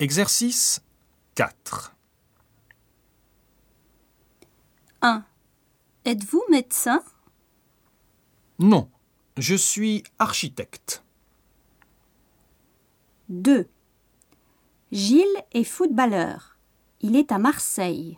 Exercice 4. 1. Êtes-vous médecin Non, je suis architecte. 2. Gilles est footballeur. Il est à Marseille.